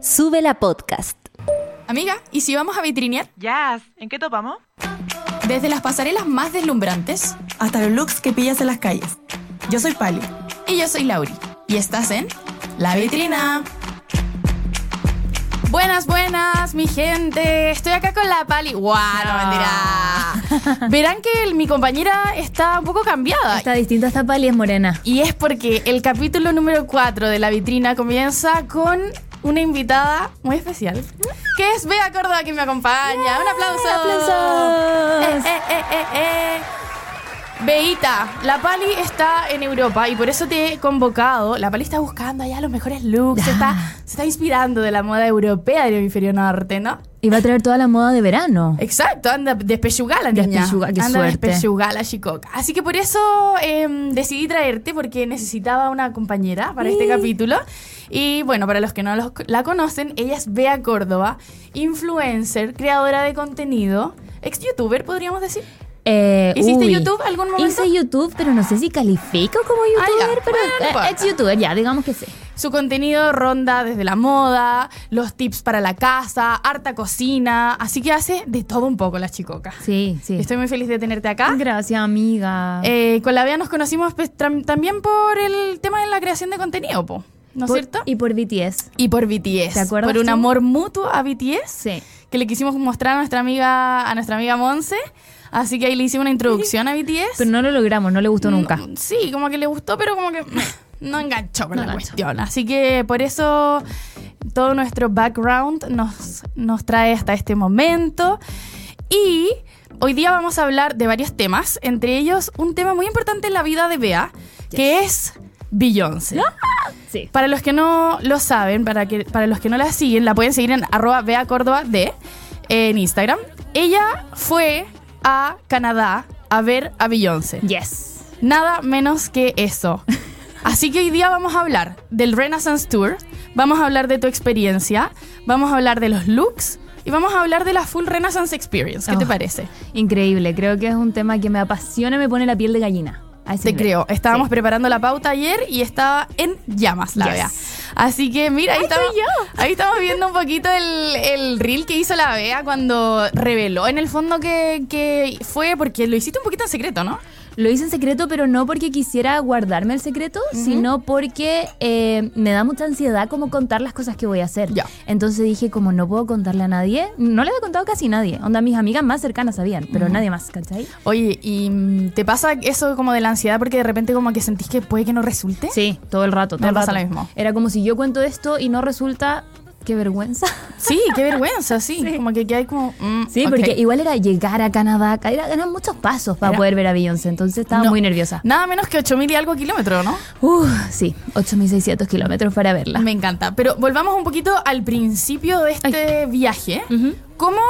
Sube la podcast. Amiga, ¿y si vamos a vitrinear? Jazz, ¿en qué topamos? Desde las pasarelas más deslumbrantes. Hasta los looks que pillas en las calles. Yo soy Pali. Y yo soy Lauri. Y estás en La Vitrina. Buenas, buenas, mi gente. Estoy acá con la Pali. ¡Guau! No, mentira. Verán que el- mi compañera está un poco cambiada. Está distinta esta pali es morena. Y es porque el capítulo número 4 de La Vitrina comienza con una invitada muy especial, que es Bea Córdoba, que me acompaña. ¡Un aplauso! ¡Aplausos! Eh, eh, eh, eh, eh. Beita, la Pali está en Europa y por eso te he convocado. La Pali está buscando allá los mejores looks, se, está, se está inspirando de la moda europea del hemisferio norte, ¿no? Y va a traer toda la moda de verano. Exacto, anda despechugá la niña. Despechugá, qué anda suerte. despechugá la chicoca. Así que por eso em, decidí traerte porque necesitaba una compañera para este capítulo. Y bueno, para los que no los- la conocen, ella es Bea Córdoba, influencer, creadora de contenido, ex youtuber, podríamos decir. Eh, ¿Hiciste uy. YouTube algún momento? Hice YouTube, pero no sé si califico como Ah, youtuber, ya. pero Bueno, no importa. eh, es youtuber, ya, digamos que sí. Su contenido ronda desde la moda, los tips para la casa, harta cocina, así que hace de todo un poco la chicoca. Sí, sí. Estoy muy feliz de tenerte acá. Gracias, amiga. Eh, con la Bea nos conocimos pues, tram- también por el tema de la creación de contenido, po, ¿no es Por- cierto? Y, Y por BTS. por BTS. ¿Te acuerdas Por un tú? amor mutuo a BTS Sí. que le quisimos mostrar a nuestra amiga, a nuestra amiga Monse. Así que ahí le hicimos una introducción a BTS. Pero no lo logramos, no le gustó nunca. Mm, Sí, como que le gustó, pero como que meh, no enganchó con No la enganchó. cuestión. Así que por eso todo nuestro background nos, nos trae hasta este momento. Y hoy día vamos a hablar de varios temas, entre ellos un tema muy importante en la vida de Bea, que es Beyoncé. Sí. Para los que no lo saben, para, que, para los que no la siguen, la pueden seguir en arroba Bea Córdoba D en Instagram. Ella fue a Canadá a ver a Beyoncé. Yes. Nada menos que eso. Así que hoy día vamos a hablar del Renaissance Tour, vamos a hablar de tu experiencia, vamos a hablar de los looks y vamos a hablar de la full Renaissance Experience. ¿Qué te Oh. parece? Increíble, creo que es un tema que me apasiona y me pone la piel de gallina. A ese Te nivel. creo. Estábamos Sí. preparando la pauta ayer y estaba en llamas la Yes. Bea. Así que mira, ahí estamos, ahí estamos viendo un poquito el, el reel que hizo la Bea cuando reveló en el fondo que, que fue porque lo hiciste un poquito en secreto, ¿no? Lo hice en secreto, pero no porque quisiera guardarme el secreto, sino porque eh, me da mucha ansiedad como contar las cosas que voy a hacer. Ya. Entonces dije, como no puedo contarle a nadie, no le había contado casi a nadie. Onda, mis amigas más cercanas sabían, pero nadie más, ¿cachai? Oye, ¿y mm, te pasa eso como de la ansiedad porque de repente como que sentís que puede que no resulte? Sí, todo el rato, todo Me el pasa rato. lo mismo. Era como si yo cuento esto y no resulta, qué vergüenza. Sí, qué vergüenza, sí. Como que, que hay como... mm, Sí, ok. porque igual era llegar a Canadá, ca- era- eran muchos pasos para Era- poder ver a Beyoncé, entonces estaba No, muy nerviosa. Nada menos que 8.000 y algo kilómetros, ¿no? Uf, sí, 8.600 kilómetros para verla. Me encanta. Pero volvamos un poquito al principio de este viaje. Ujú. ¿Cómo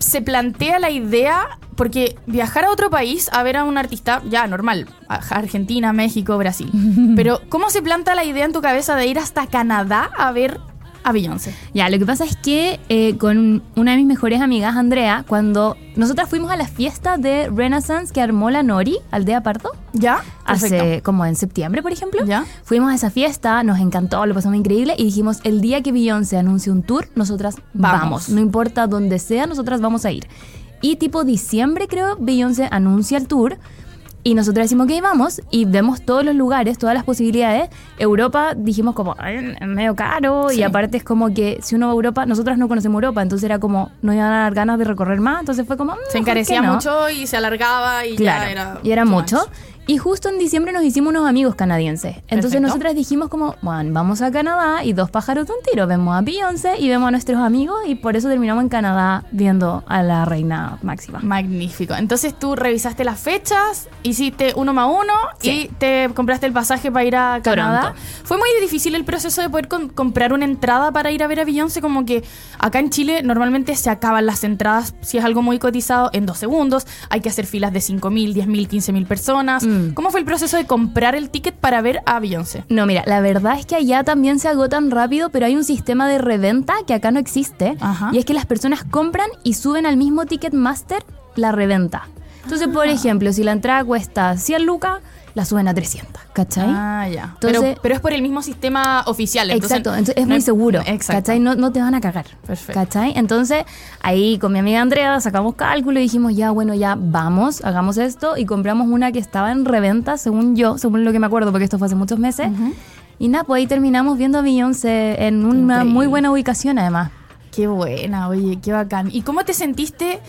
se plantea la idea? Porque viajar a otro país a ver a un artista, ya normal, a- Argentina, México, Brasil. Pero ¿cómo se planta la idea en tu cabeza de ir hasta Canadá a ver a Beyoncé? Ya, lo que pasa es que eh, con una de mis mejores amigas, Andrea, cuando nosotras fuimos a la fiesta de Renaissance que armó la Nori, Aldea Pardo, ¿Ya? Perfecto. hace como en septiembre, por ejemplo. Ya. Fuimos a esa fiesta, nos encantó, lo pasamos increíble y dijimos, el día que Beyoncé anuncie un tour, nosotras Vamos. vamos. No importa dónde sea, nosotras vamos a ir. Y tipo diciembre, creo, Beyoncé anuncia el tour y nosotras decimos que vamos y vemos todos los lugares, todas las posibilidades. Europa dijimos como, "Ay, es medio caro Sí. y aparte es como que si uno va a Europa, nosotras no conocemos Europa, entonces era como, no iban a dar ganas de recorrer más, entonces fue como... "Mm, Se mejor que encarecía no". mucho y se alargaba y Claro, ya era... y era too mucho. much. Y justo en diciembre nos hicimos unos amigos canadienses. Entonces Perfecto. nosotras dijimos como, bueno, vamos a Canadá y dos pájaros de un tiro. Vemos a Beyoncé y vemos a nuestros amigos y por eso terminamos en Canadá viendo a la reina máxima. Magnífico. Entonces tú revisaste las fechas, hiciste uno más uno Sí. y te compraste el pasaje para ir a Canadá. Toronto. Fue muy difícil el proceso de poder com- comprar una entrada para ir a ver a Beyoncé, como que acá en Chile normalmente se acaban las entradas, si es algo muy cotizado, en dos segundos. Hay que hacer filas de 5.000, 10.000, 15.000 personas. Mm. ¿Cómo fue el proceso de comprar el ticket para ver a Beyoncé? No, mira, la verdad es que allá también se agotan rápido, pero hay un sistema de reventa que acá no existe. Ajá. Y es que las personas compran y suben al mismo Ticketmaster la reventa. Entonces, Ah. por ejemplo, si la entrada cuesta 100 lucas, la suben a 300, ¿cachai? Ah, ya. Entonces- pero, pero es por el mismo sistema oficial. entonces- Exacto, entonces es no muy seguro. Exacto. ¿Cachai? No, no te van a cagar. Perfecto. ¿Cachai? Entonces, ahí con mi amiga Andrea sacamos cálculo y dijimos, ya, bueno, ya vamos, hagamos esto. Y compramos una que estaba en reventa, según yo, según lo que me acuerdo, porque esto fue hace muchos meses. Y nada, pues ahí terminamos viendo a Beyoncé en una Increíble. muy buena ubicación, además. Qué buena, oye, qué bacán. ¿Y cómo te sentiste?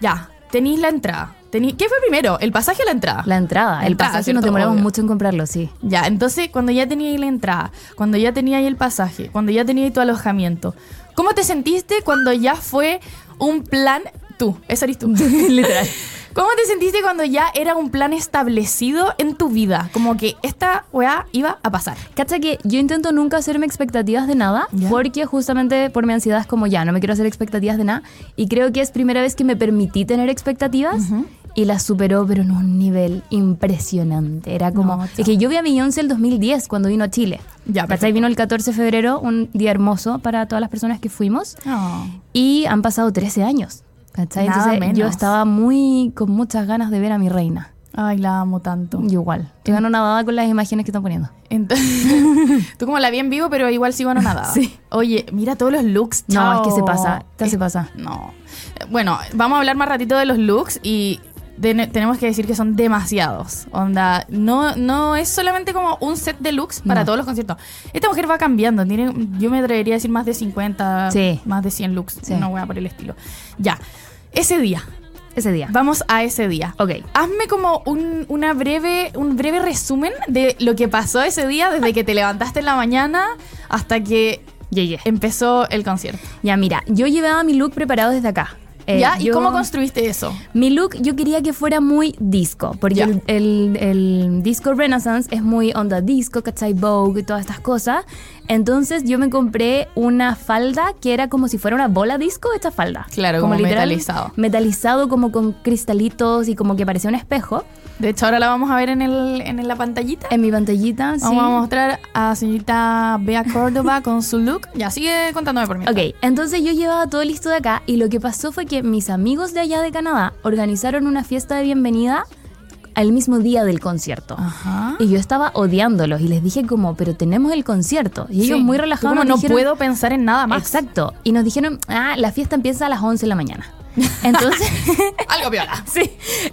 Ya, tenéis la entrada. Tení- ¿Qué fue primero? ¿El pasaje o la entrada? La entrada, el Entrada, pasaje, ¿cierto? nos demoramos Obvio. mucho en comprarlo, sí. Ya, entonces cuando ya teníais la entrada, cuando ya teníais el pasaje, cuando ya teníais tu alojamiento, ¿cómo te sentiste cuando ya fue un plan tú? Esa eres tú. Literal. ¿Cómo te sentiste cuando ya era un plan establecido en tu vida? Como que esta weá iba a pasar. Cacha que yo intento nunca hacerme expectativas de nada, Ya. porque justamente por mi ansiedad es como ya, no me quiero hacer expectativas de nada. Y creo que es primera vez que me permití tener expectativas y las superó, pero en un nivel impresionante. Era como. No, es que yo vi a Beyoncé el 2010 cuando vino a Chile. Ya, ¿Cachai? perfecto. Vino el 14 de febrero, un día hermoso para todas las personas que fuimos. Ah. Y han pasado 13 años. ¿Cachai? Nada Entonces yo menos. estaba muy. con muchas ganas de ver a mi reina. Ay, la amo tanto. Yo igual. Estoy anonadada con las imágenes que están poniendo. Entonces, tú como la vi en vivo, pero igual sigo anonadada. Sí. Oye, mira todos los looks. No, chao. es que se pasa, esta se Eh, pasa. No. Eh, Bueno, vamos a hablar más ratito de los looks y ten- tenemos que decir que son demasiados. Onda, no, no es solamente como un set de looks para No. todos los conciertos. Esta mujer va cambiando. Tiene, yo me atrevería a decir más de 50, Sí. más de 100 looks. Sí. Una wea por el estilo. Ya. Ese día. Ese día. Vamos a ese día. Ok. Hazme como un, una breve, un breve resumen de lo que pasó ese día, desde que te levantaste en la mañana hasta que Llegué. empezó el concierto. Ya, mira, yo llevaba mi look preparado desde acá. Eh, ¿Ya? ¿Y yo- cómo construiste eso? Mi look yo quería que fuera muy disco, porque Ya. el, el- el disco Renaissance es muy onda disco, ¿cachai? Vogue y todas estas cosas. Entonces yo me compré una falda que era como si fuera una bola disco esta falda. Claro, como metalizado. Metalizado como con cristalitos y como que parecía un espejo. De hecho, ahora la vamos a ver en, el, en la pantallita. En mi pantallita, sí. Vamos a mostrar a señorita Bea Córdoba con su look. Ya, sigue contándome por mí. Ok, entonces yo llevaba todo listo de acá y lo que pasó fue que mis amigos de allá de Canadá organizaron una fiesta de bienvenida al mismo día del concierto. Ajá. Y yo estaba odiándolos y les dije como, pero tenemos el concierto. Y ellos Sí. muy Tú relajados Como nos no dijeron- puedo pensar en nada más. Exacto. Y nos dijeron, ah, la fiesta empieza a las 11 de la mañana. Entonces, Algo viola. sí.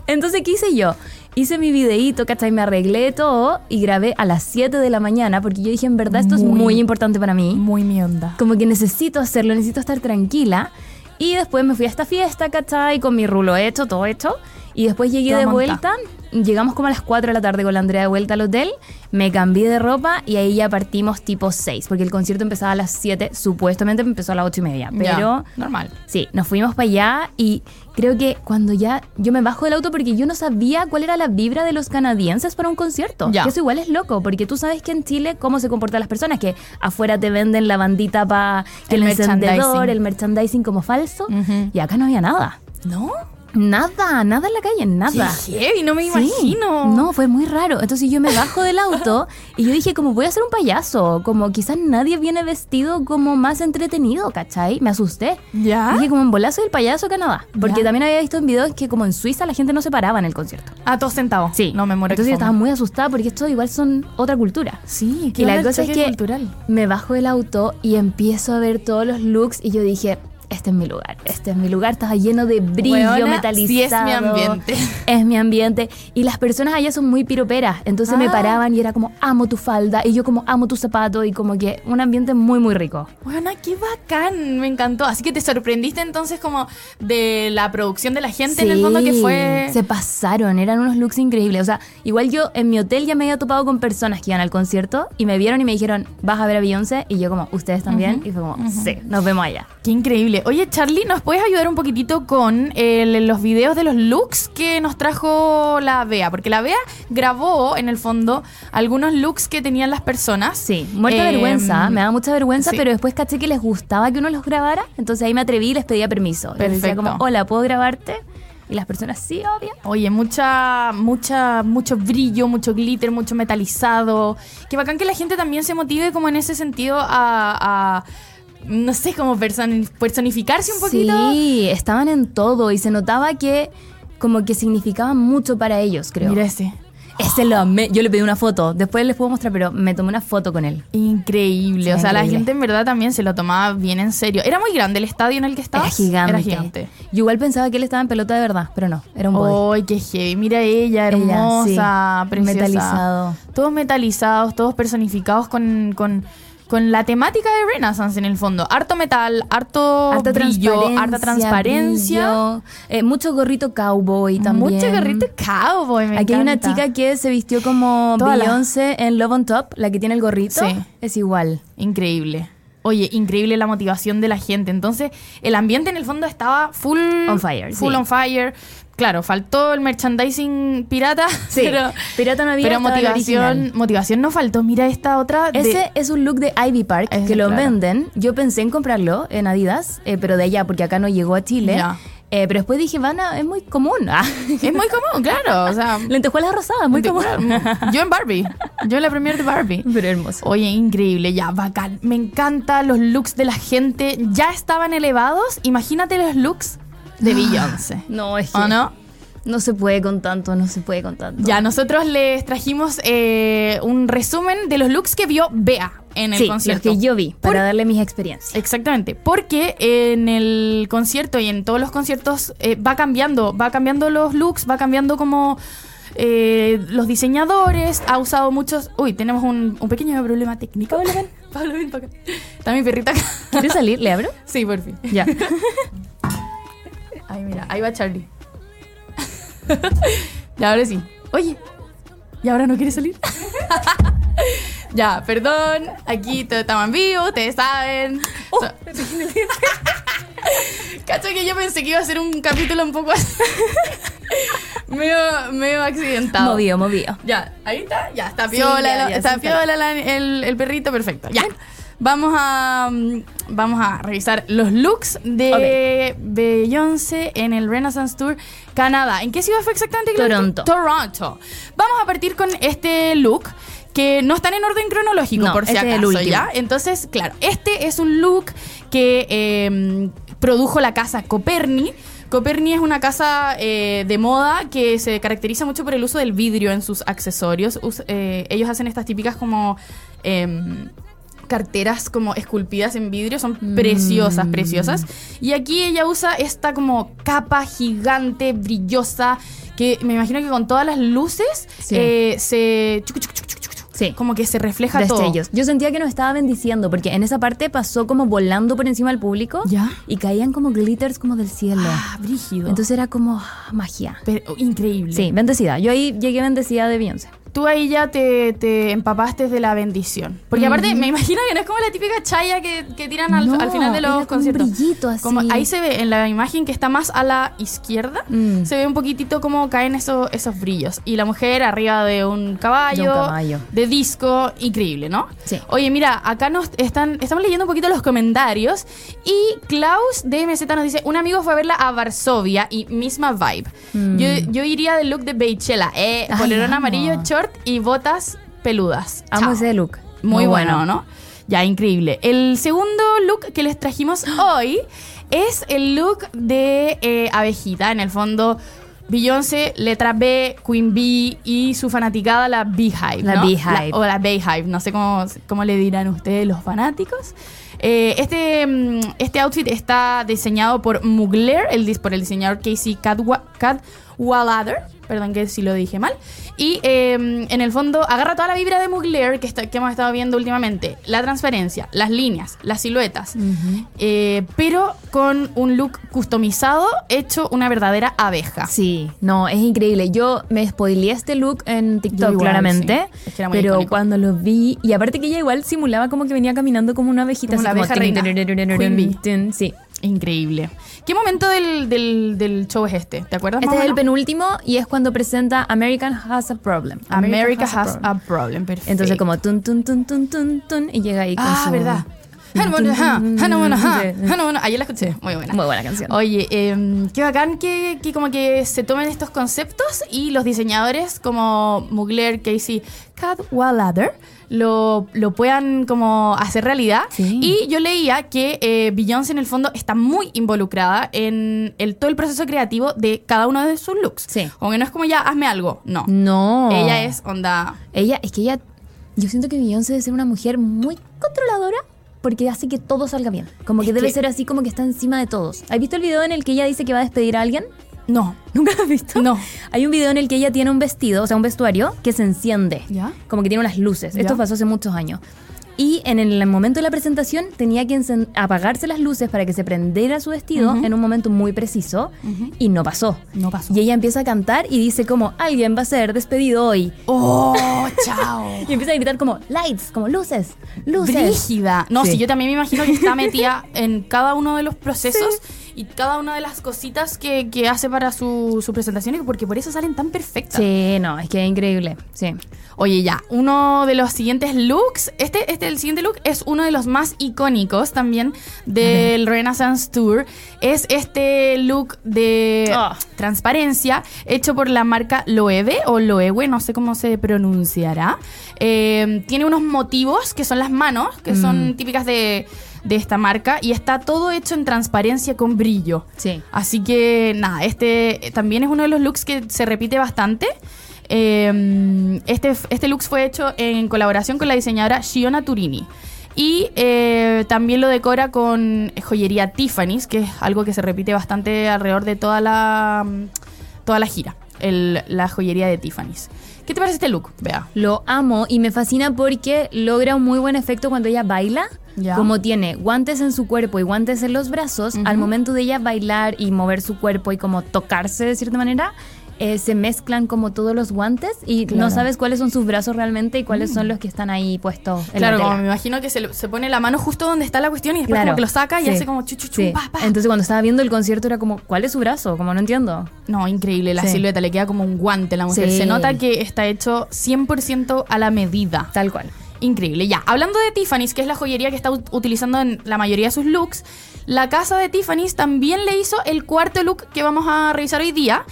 Entonces, ¿qué hice yo? Hice mi videíto, ¿cachai? Me arreglé todo y grabé a las 7 de la mañana porque yo dije, en verdad, esto es Muy- muy importante para mí Muy mi onda. como que necesito hacerlo, necesito estar tranquila. Y después me fui a esta fiesta, ¿cachai? Con mi rulo hecho, todo hecho. Y después llegué Toda de montada. vuelta, llegamos como a las 4 de la tarde con la Andrea de vuelta al hotel, me cambié de ropa y ahí ya partimos tipo 6, porque el concierto empezaba a las 7, supuestamente empezó a las 8 y media, Ya, pero... normal. Sí, nos fuimos para allá y creo que cuando ya yo me bajo del auto porque yo no sabía cuál era la vibra de los canadienses para un concierto. Ya. Que eso igual es loco, porque tú sabes que en Chile cómo se comportan las personas, que afuera te venden la bandita para El el, encendedor, merchandising. el merchandising como falso, Ujú. y acá no había nada. ¿No? Nada, nada en la calle, nada. Qué heavy, no me Sí. imagino. No, fue muy raro. Entonces yo me bajo del auto y yo dije, como voy a ser un payaso, como quizás nadie viene vestido como más entretenido, ¿cachai? Me asusté. ¿Ya? Dije, como en bolazo del payaso de Canadá. Porque ¿Ah? Ya. también había visto en videos que como en Suiza la gente no se paraba en el concierto. A todos sentados. Sí. No me muero. Entonces yo que estaba fome. muy asustada porque esto igual son otra cultura. Sí, Y que la cosa es que cultural. me bajo del auto y empiezo a ver todos los looks y yo dije, este es mi lugar, este es mi lugar, estaba lleno de brillo Weona, metalizado. sí es mi ambiente. Es mi ambiente. Y las personas allá son muy piroperas, entonces me Ah. paraban y era como, amo tu falda y yo como, amo tu zapato y como que un ambiente muy, muy rico. Bueno, qué bacán, me encantó. Así que te sorprendiste entonces como de la producción de la gente en el fondo que Sí, fue... Se pasaron, eran unos looks increíbles. O sea, igual yo en mi hotel ya me había topado con personas que iban al concierto y me vieron y me dijeron, vas a ver a Beyoncé. Y yo, como, ¿ustedes también? Y fue como, sí, nos vemos allá. Qué increíble. Oye, Charlie, ¿nos puedes ayudar un poquitito con el- los videos de los looks que nos trajo la Bea? Porque la Bea grabó, en el fondo, algunos looks que tenían las personas. Sí, muerta Eh, de vergüenza, me daba mucha vergüenza, sí. pero después caché que les gustaba que uno los grabara, entonces ahí me atreví y les pedía permiso. Les decía Perfecto. como, hola, ¿puedo grabarte? Y las personas, sí, obvio. Oye, mucha, mucha, mucho brillo, mucho glitter, mucho metalizado. Qué bacán que la gente también se motive como en ese sentido a, a, no sé, como person- personificarse un poquito. Sí, estaban en todo y se notaba que como que significaban mucho para ellos, creo. Mira este, ese. Ese lo amé. Yo le pedí una foto. Después les puedo mostrar, pero me tomé una foto con él. Increíble. Sí, o sea, la increíble. gente en verdad también se lo tomaba bien en serio. Era muy grande el estadio en el que estaba. Era gigante. Era gigante. Yo igual pensaba que él estaba en pelota de verdad, pero no. Era un body. ¡Ay, qué heavy! Mira ella, hermosa, Ella, sí. preciosa. Metalizado. Todos metalizados, todos personificados con, con, con la temática de Renaissance en el fondo. Harto metal, harto, Harta Oh, brillo, harta transparencia. brillo, eh, mucho gorrito cowboy también. Mucha garrita cowboy, pues, me Aquí hay una encanta. chica que se vistió como Toda la- Beyoncé en Love on Top, la que tiene el gorrito. Sí. Es igual. Increíble. Oye, increíble la motivación de la gente. Entonces, el ambiente en el fondo estaba full On fire, Full sí. on fire. Claro, faltó el merchandising pirata, Sí, pero, pirata no había, pero estaba el motivación, original. motivación no faltó. Mira esta otra de- Ese es un look de Ivy Park Ese, que lo claro. venden. Yo pensé en comprarlo en Adidas, eh, pero de allá, porque acá no llegó a Chile. Ya. Eh, pero después dije, van a, es muy común. Ah. es muy común, claro, o sea, Lentejuelas rosadas, muy común. yo en Barbie, yo en la premier de Barbie. Pero hermoso. Oye, increíble, ya, bacán. Me encantan los looks de la gente. Ya estaban elevados. Imagínate los looks de Beyoncé. No, es que Ah. ¿O no? no se puede con tanto, no se puede con tanto. Ya, nosotros les trajimos eh, un resumen de los looks que vio Bea en el sí, concierto. los que yo vi, Por- para darle mis experiencias. Exactamente, porque en el concierto y en todos los conciertos eh, va cambiando, va cambiando los looks, va cambiando como eh, los diseñadores, ha usado muchos... Uy, tenemos un, un pequeño problema técnico. Pablo, ven, Pablo, ven para acá. Está mi perrita acá. ¿Quieres salir? ¿Le abro? Sí, por fin. Ya. Ay, mira, ahí va Charlie. y ahora sí. Oye, ¿y ahora no quiere salir? ya, perdón. Aquí todos estamos en vivo, ustedes saben. So- Cacho que yo pensé que iba a ser un capítulo un poco así. medio, medio accidentado. Movido, movido. Ya, ahí está, ya, está Sí, piola, ya, la- ya, está sí, piola la- el, el perrito, perfecto. Ya. Vamos a mm, vamos a revisar los looks de Beyoncé en el Renaissance Tour Canadá. ¿En qué ciudad fue exactamente? Claudia? Toronto. Toronto. Vamos a partir con este look que no están en orden cronológico No, por si este es el acaso, último. ¿ya? Entonces, claro, este es un look que eh, produjo la casa Coperni. Coperni es una casa eh, de moda que se caracteriza mucho por el uso del vidrio en sus accesorios. Us- eh, ellos hacen estas típicas como em, carteras como esculpidas en vidrio, son Mm. preciosas, preciosas. Y aquí ella usa esta como capa gigante, brillosa, que me imagino que con todas las luces Sí. eh, se... chucu, chucu, chucu, chucu, chucu, Sí. Como que se refleja todo. Destellos. Yo sentía que nos estaba bendiciendo porque en esa parte pasó como volando por encima del público Ya. y caían como glitters como del cielo. Ah, brígido. Entonces era como ah, magia. Pero, oh, increíble. Sí, bendecida. Yo ahí llegué bendecida de Beyoncé. Tú ahí ya te, te empapaste de la bendición. Porque aparte, me imagino que no es como la típica chaya que, que tiran al, No, al final de era como los un conciertos. brillito así. Como ahí se ve en la imagen que está más a la izquierda, Mm. se ve un poquitito cómo caen esos, esos brillos. Y la mujer arriba de un caballo, De un caballo. de disco, increíble, ¿no? Sí. Oye, mira, acá nos están, estamos leyendo un poquito los comentarios y Klaus de MZ nos dice, un amigo fue a verla a Varsovia y misma vibe. Yo, yo iría del look de Beychella, eh, Mm. Ay, polerón amo. amarillo, short y botas peludas. Amo Chao. ese look. Muy bueno, ¿no? Ya, increíble. El segundo look que les trajimos hoy es el look de eh, abejita. En el fondo, Beyoncé, letra B, Queen Bee y su fanaticada, la Beehive. La ¿no? Beehive. La- o la Beehive, no sé cómo, cómo le dirán ustedes los fanáticos. Eh, este, mm, este outfit está diseñado por Mugler, el, dis- por el diseñador Casey Cadwa- Cadwallader. Perdón que si lo dije mal. Y eh, en el fondo agarra toda la vibra de Mugler que, está- que hemos estado viendo últimamente. La transparencia, las líneas, las siluetas. Mm. Eh, pero con un look customizado hecho una verdadera abeja. Sí, no, es increíble. Yo me spoileé este look en TikTok, Yo igual, claramente. sí. Es que era muy pero icónico. cuando lo vi, y aparte que ella igual simulaba como que venía caminando como una abejita. Como así la abeja tin, reina. tin, tin, tin, tin, Queen Bee. tin, Sí. Increíble. ¿Qué momento del, del- del show es este? ¿Te acuerdas? Este más o es el menos? penúltimo y es cuando presenta American Has a Problem. America has a problem. Perfecto. Entonces como tun tun tun tun tun tun y llega ahí con Ah, su- verdad. ah, Hannah Montana, Tum, tum, Hannah Montana, tum, tum. Hannah Montana. Ayer la escuché, muy buena. Muy buena canción. Oye, eh, qué bacán que, que como que se tomen estos conceptos y los diseñadores como Mugler, Casey, Cadwallader lo, lo puedan como hacer realidad. Sí. Y yo leía que eh, Beyoncé en el fondo está muy involucrada en el, todo el proceso creativo de cada uno de sus looks. Sí. Como que no es como ya, hazme algo. No. No. Ella es onda... Ella, es que ella. Yo siento que Beyoncé debe ser una mujer muy controladora porque hace que todo salga bien. Como que Es debe que- ser así, como que está encima de todos. ¿Has visto el video en el que ella dice que va a despedir a alguien? No. ¿Nunca lo has visto? No. Hay un video en el que ella tiene un vestido, o sea, un vestuario que se enciende. ¿Ya? Como que tiene unas luces. Ya. Esto pasó hace muchos años. Y en el momento de la presentación tenía que encen- apagarse las luces para que se prendiera su vestido Ujú. en un momento muy preciso Ujú. y no pasó. No pasó. Y ella empieza a cantar y dice como, alguien va a ser despedido hoy. Oh, chao. Y empieza a gritar como, lights, como luces, luces. Brígida. No, Sí. sí. yo también me imagino que está metida en cada uno de los procesos y cada una de las cositas que, que hace para su, su presentación, y porque por eso salen tan perfectas. Sí, no, es que es increíble. Sí. Oye, ya, uno de los siguientes looks, este, este, el siguiente look es uno de los más icónicos también del Renaissance Tour. Es este look de Ah. transparencia hecho por la marca Loewe o Loewe, no sé cómo se pronunciará. Eh, tiene unos motivos que son las manos, que son típicas de, de esta marca, y está todo hecho en transparencia con brillo. Sí. Así que nada, este eh, también es uno de los looks que se repite bastante. Eh, este, este look fue hecho en colaboración con la diseñadora Shiona Turini. Y eh, también lo decora con joyería Tiffany's, que es algo que se repite bastante alrededor de toda la, mm, toda la gira, el- la joyería de Tiffany's. ¿Qué te parece este look? Vea. Lo amo y me fascina porque logra un muy buen efecto cuando ella baila. Ya. Como tiene guantes en su cuerpo y guantes en los brazos, al momento de ella bailar y mover su cuerpo y como tocarse de cierta manera, eh, se mezclan como todos los guantes y no Claro. Mm. sabes cuáles son sus brazos realmente y cuáles son los que están ahí puestos en Claro, la como tela. me imagino que se, le- se pone la mano justo donde está la cuestión y después Claro. como que lo saca y Sí. hace como chu, chu, chu, Sí. pa, pa. Entonces cuando estaba viendo el concierto era como, ¿cuál es su brazo? Como no entiendo. No, increíble la Sí. silueta, le queda como un guante a la mujer. Sí. Se nota que está hecho 100% a la medida. Tal cual. Increíble. Ya, hablando de Tiffany's, que es la joyería que está ut- utilizando en la mayoría de sus looks, la casa de Tiffany's también le hizo el cuarto look que vamos a revisar hoy día,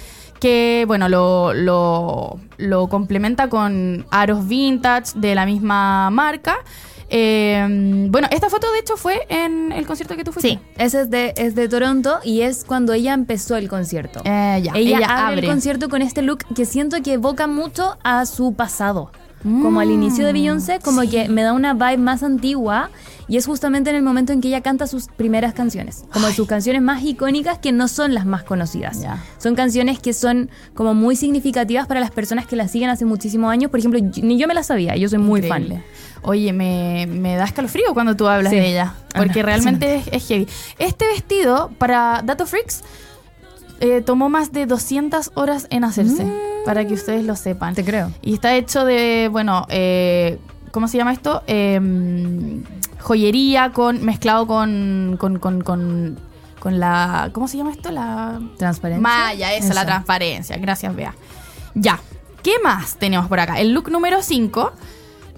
que bueno, lo, lo- lo complementa con aros vintage de la misma marca. Eh, bueno, esta foto de hecho fue en el concierto que tú fuiste. Sí, ese es de, es de Toronto y es cuando ella empezó el concierto. Eh, ya, Ella, ella, abre, abre. el concierto con este look que siento que evoca mucho a su pasado. Como al inicio de Mm, Beyoncé, como que me da una vibe más antigua y es justamente en el momento en que ella canta sus primeras canciones, como sus canciones más icónicas que no son las más conocidas. Ya. Son canciones que son como muy significativas para las personas que las siguen hace muchísimos años. Por ejemplo, yo- ni yo me las sabía, yo soy muy Increíble. fan. Oye, me, me da escalofrío cuando tú hablas Sí. de ella. Ah, no, Porque realmente es, es heavy. Este vestido, para Dato Freaks, eh, tomó más de 200 horas en hacerse. Para que ustedes lo sepan. Mm. Te creo. Y está hecho de, bueno, eh, ¿cómo se llama esto? Em, joyería con mezclado con, con, con, con, con la... ¿Cómo se llama esto? La... Transparente. Maya, esa, la transparencia. Gracias, Bea. Ya. ¿Qué más tenemos por acá? El look número 5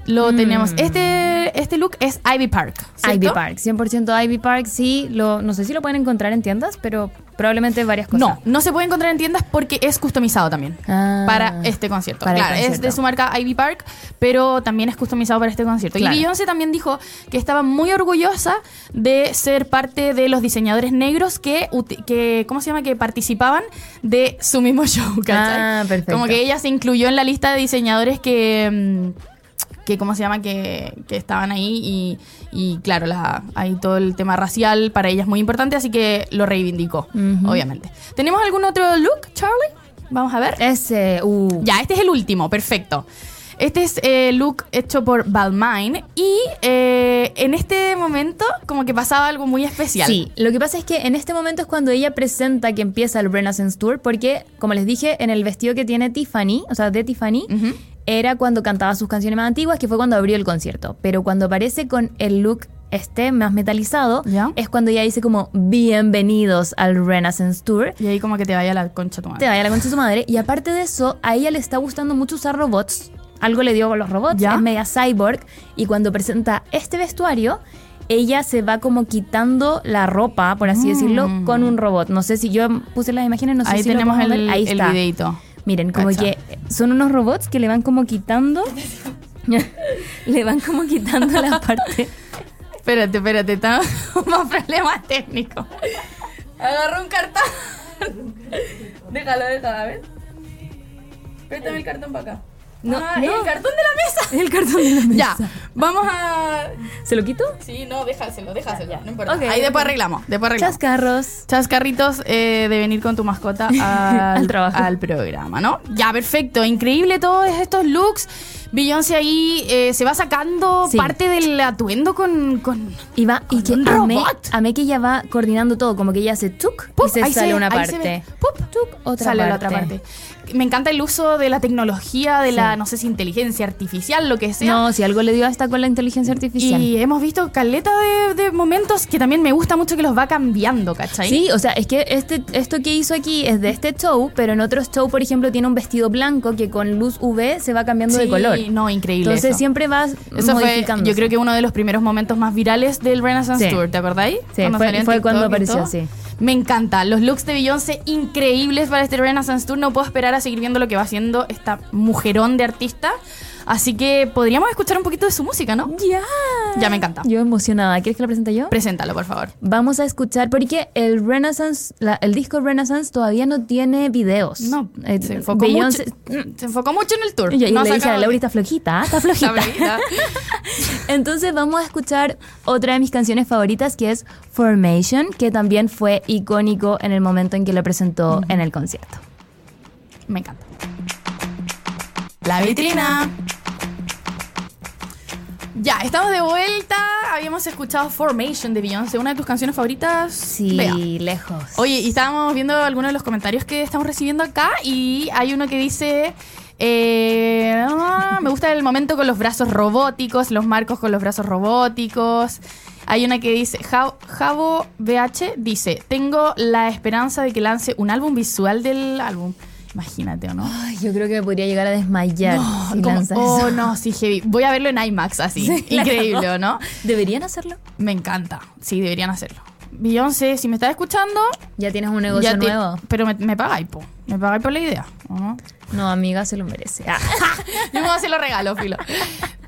lo tenemos. Este, este look es Ivy Park. Mm. ¿cierto? Ivy Park, 100% Ivy Park, sí, lo, no sé si lo pueden encontrar en tiendas, pero probablemente varias cosas. No, no se puede encontrar en tiendas porque es customizado también. Ah. para este concierto. Para el claro, es concierto. de su marca Ivy Park, pero también es customizado para este concierto. Claro. Y Beyoncé también dijo que estaba muy orgullosa de ser parte de los diseñadores negros que, uti- que ¿cómo se llama? Que participaban de su mismo show, ¿cachai? Ah, perfecto. Como que ella se incluyó en la lista de diseñadores que... mm, que cómo se llama que, que estaban ahí y, y claro la, ahí todo el tema racial para ella es muy importante así que lo reivindicó Ujú. obviamente tenemos algún otro look Charlie vamos a ver Ese, uh. ya, este es el último, perfecto. Este es eh, look hecho por Balmain y eh, en este momento como que pasaba algo muy especial. Sí, lo que pasa es que en este momento es cuando ella presenta que empieza el Renaissance Tour, porque, como les dije, en el vestido que tiene Tiffany, o sea, de Tiffany, Ujú. era cuando cantaba sus canciones más antiguas, que fue cuando abrió el concierto. Pero cuando aparece con el look este, más metalizado, Ya. es cuando ella dice como, bienvenidos al Renaissance Tour. Y ahí como que te vaya la concha tu madre. Te vaya la concha de su madre. Y aparte de eso, a ella le está gustando mucho usar robots. Algo le dio con los robots. ¿Ya? Es media cyborg. Y cuando presenta este vestuario, ella se va como quitando la ropa, por así decirlo, Mm. con un robot. No sé si yo puse las imágenes, no sé ahí si lo tenemos podemos el, ver. Ahí el está. videito. Miren, como Cacha. que son unos robots que le van como quitando. Le van como quitando la parte. Espérate, espérate, estamos más problemas técnicos. Agarró un cartón. Déjalo, déjalo, a ver. Préstame el cartón para acá. No, Ah, no. el cartón de la mesa. El cartón de la mesa. Ya, vamos a. ¿Se lo quito? Sí, no, déjaselo, déjaselo. No importa. Ok, Ahí ok. después arreglamos. Después arreglamos. Chascarros. Chascarritos eh, de venir con tu mascota al, Al trabajo. al programa, ¿no? Ya, perfecto. Increíble todos estos looks. Beyoncé ahí eh, se va sacando Sí. parte del atuendo con. con- Y va, y Con que un amé, robot. amé que ella va coordinando todo, como que ella hace tuk ¡Pup! y se Ahí sale ve, una ahí se parte. ve. ¡Pup! Tuk, otra sale parte. la otra parte. Me encanta el uso de la tecnología, de la, Sí. no sé si inteligencia artificial, lo que sea. No, si algo le dio hasta con la inteligencia artificial. Y hemos visto caleta de, de momentos que también me gusta mucho que los va cambiando, ¿cachai? Sí, o sea, es que este, esto que hizo aquí es de este show, pero en otros show, por ejemplo, tiene un vestido blanco que con luz UV se va cambiando de Sí, color. No, increíble. Entonces eso. siempre vas Eso fue, modificando. yo creo que uno de los primeros momentos más virales del Renaissance Sí. Tour, ¿te acordáis? Sí, Cuando fue- salió en fue TikTok cuando y apareció, todo. sí. Me encanta, los looks de Beyoncé increíbles para este Renaissance Tour, no puedo esperar a seguir viendo lo que va haciendo esta mujerón de artista, así que podríamos escuchar un poquito de su música, ¿no? Ya. Ya me encanta. Yo emocionada. ¿Quieres que la presente yo? Preséntalo, por favor. Vamos a escuchar porque el Renaissance, la- el disco Renaissance todavía no tiene videos. No, Eh, se enfocó Beyoncé- mucho. Se enfocó mucho en el tour. Yo, yo No ha le dije a sacado- Laura, está flojita, ah, está Está flojita. brillita. Entonces vamos a escuchar otra de mis canciones favoritas que es Formation, que también fue icónico en el momento en que lo presentó en el concierto. Me encanta. La vitrina. Ya, estamos de vuelta. Habíamos escuchado Formation de Beyoncé, una de tus canciones favoritas. Sí, Bea. lejos. Oye, y estábamos viendo algunos de los comentarios que estamos recibiendo acá y hay uno que dice... eh, ah, me gusta el momento con los brazos robóticos, los marcos con los brazos robóticos. Hay una que dice, "Ja- Javo BH dice, tengo la esperanza de que lance un álbum visual del álbum. Imagínate, ¿o no? Ay, yo creo que me podría llegar a desmayar No, si como- lanzas oh, eso. no, sí, heavy. Voy a verlo en IMAX así. Sí, la Increíble, cagó. ¿o ¿no? ¿Deberían hacerlo? Me encanta. Sí, deberían hacerlo. Beyoncé, si me estás escuchando, Ya tienes un negocio ya te- nuevo. Pero me, me pagáis, po. Me pagáis por la idea. ¿o no? No, amiga, se lo merece. Ah. Yo me voy a hacer los regalos, filo.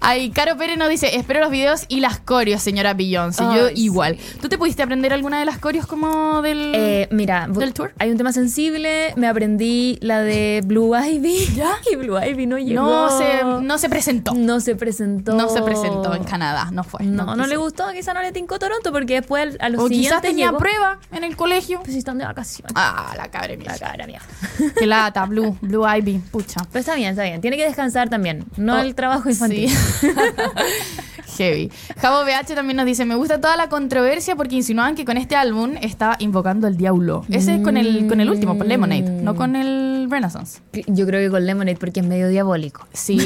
Ay, Caro Pérez nos dice, espero los videos y las coreos, señora Beyoncé. Yo Ay, sí. igual. ¿Tú te pudiste aprender alguna de las coreos como del...? Eh, mira, vo- Mm. ¿Del tour? hay un tema sensible. Me aprendí la de Blue Ivy. ¿Ya? Y Blue Ivy no llegó. no, se, no se presentó. No se presentó. No se presentó en Canadá, no fue. No, no, quiso. le gustó, quizá no le tincó Toronto porque después al- a los O siguientes quizás tenía llegó- prueba en el colegio. Pues si están de vacaciones. Ah, la cabra mía. La cara mía. Qué lata, Blue, Blue Ivy, pucha. Pero está bien, está bien. Tiene que descansar también. No Oh, el trabajo infantil. sí. Heavy. Javo BH también nos dice, me gusta toda la controversia porque insinuaban que con este álbum estaba invocando al diablo. Ese es con el, con el último, con Lemonade, no con el Renaissance. Yo creo que con Lemonade porque es medio diabólico. Sí,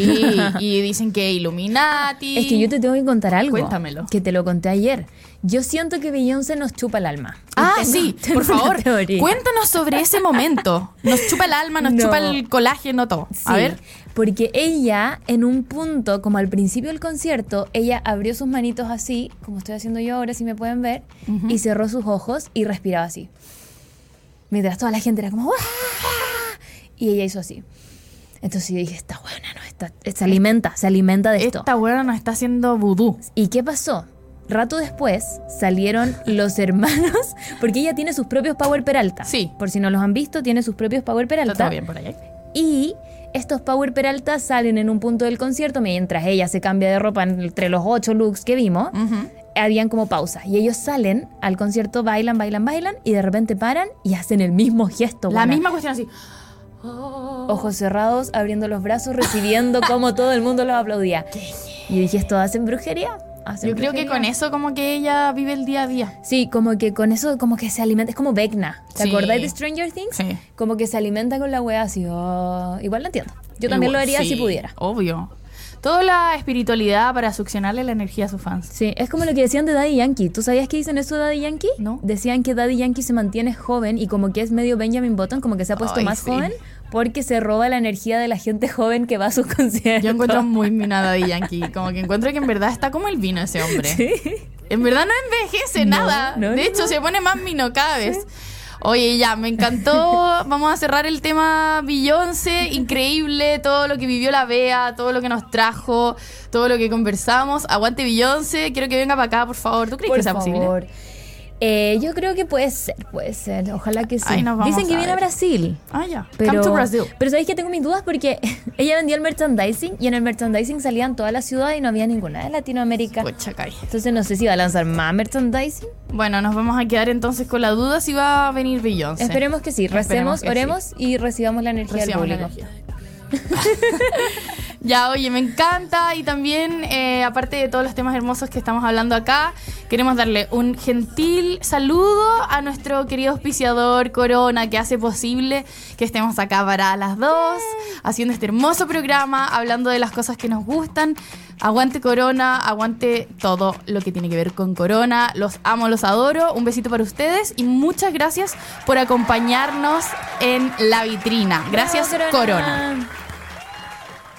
y dicen que Illuminati. Es que yo te tengo que contar algo. Cuéntamelo. Que te lo conté ayer. Yo siento que Beyoncé nos chupa el alma. Ah, Tengo- sí, tengo por este una favor, teoría. cuéntanos sobre ese momento. Nos chupa el alma, nos No. chupa el colágeno, todo. Sí, A ver. Porque ella, en un punto, como al principio del concierto, ella abrió sus manitos así, como estoy haciendo yo ahora, si me pueden ver, y cerró sus ojos y respiraba así. Mientras toda la gente era como, "¡Guau!", Y ella hizo así. Entonces yo dije, esta buena, no, está, se alimenta, se alimenta de esto. Esta weona nos está haciendo vudú. ¿Y qué pasó? Rato después salieron los hermanos, porque ella tiene sus propios Power Peralta. Sí. Por si no los han visto, tiene sus propios Power Peralta. Está bien por ahí. ¿eh? Y estos Power Peralta salen en un punto del concierto mientras ella se cambia de ropa entre los ocho looks que vimos. Ujú. Habían como pausas y ellos salen al concierto, bailan, bailan, bailan y de repente paran y hacen el mismo gesto. La buena. misma cuestión así. Ojos cerrados, abriendo los brazos, recibiendo como todo el mundo los aplaudía. Y dije, ¿esto hacen brujería? ¿Hacen Yo creo que brujería? con eso como que ella vive el día a día. Sí, como que con eso, como que se alimenta. Es como Vecna. ¿Te Sí. acordáis de Stranger Things? Sí. Como que se alimenta con la wea así. oh, Igual lo entiendo. Yo también lo Igual, haría sí, si pudiera. Obvio. Toda la espiritualidad para succionarle la energía a sus fans. Sí, es como lo que decían de Daddy Yankee. ¿Tú sabías que dicen eso de Daddy Yankee? No. Decían que Daddy Yankee se mantiene joven y como que es medio Benjamin Button, como que se ha puesto Ay, más sí. joven porque se roba la energía de la gente joven que va a sus conciertos. Yo encuentro muy minada de Yankee. Como que encuentro que en verdad está como el vino ese hombre. Sí. En verdad no envejece No, nada. no, de no, hecho, no. se pone más mino cada vez. Oye, ya, me encantó. Vamos a cerrar el tema Beyoncé. Increíble todo lo que vivió la Bea, todo lo que nos trajo, todo lo que conversamos. Aguante Beyoncé, quiero que venga para acá, por favor. ¿Tú crees que Por sea posible? favor. Eh, yo creo que puede ser, puede ser. Ojalá que sí. Ay, nos vamos Dicen que a viene a ver. Brasil. Ah, ya. Pero, Come to Brazil. pero sabéis que tengo mis dudas porque ella vendía el merchandising y en el merchandising salían todas las ciudades y no había ninguna de Latinoamérica. Pucha, cay. Entonces no sé si va a lanzar más merchandising. Bueno, nos vamos a quedar entonces con la duda si va a venir Beyoncé. Esperemos que sí. Esperemos Recemos, que sí. oremos y recibamos la energía Recibamos la del público. Ya, oye, me encanta y también, eh, aparte de todos los temas hermosos que estamos hablando acá, queremos darle un gentil saludo a nuestro querido auspiciador Corona, que hace posible que estemos acá para las dos, haciendo este hermoso programa, hablando de las cosas que nos gustan. Aguante Corona, aguante todo lo que tiene que ver con Corona. Los amo, los adoro. Un besito para ustedes y muchas gracias por acompañarnos en la vitrina. Gracias, Bravo, Corona.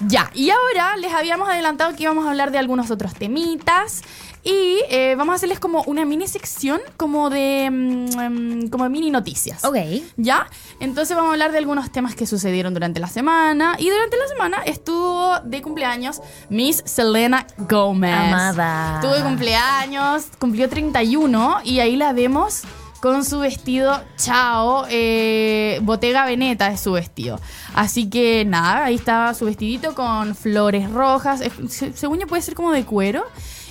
Ya, y ahora les habíamos adelantado que íbamos a hablar de algunos otros temitas y eh, vamos a hacerles como una mini sección como de mm, em, como mini noticias. Ok. ¿Ya? Entonces vamos a hablar de algunos temas que sucedieron durante la semana. Y durante la semana estuvo de cumpleaños Miss Selena Gomez. Amada. Tuvo cumpleaños, cumplió 31 y ahí la vemos con su vestido chao, eh, Bottega Veneta es su vestido. Así que nada, ahí estaba su vestidito con flores rojas, es- se- según yo puede ser como de cuero,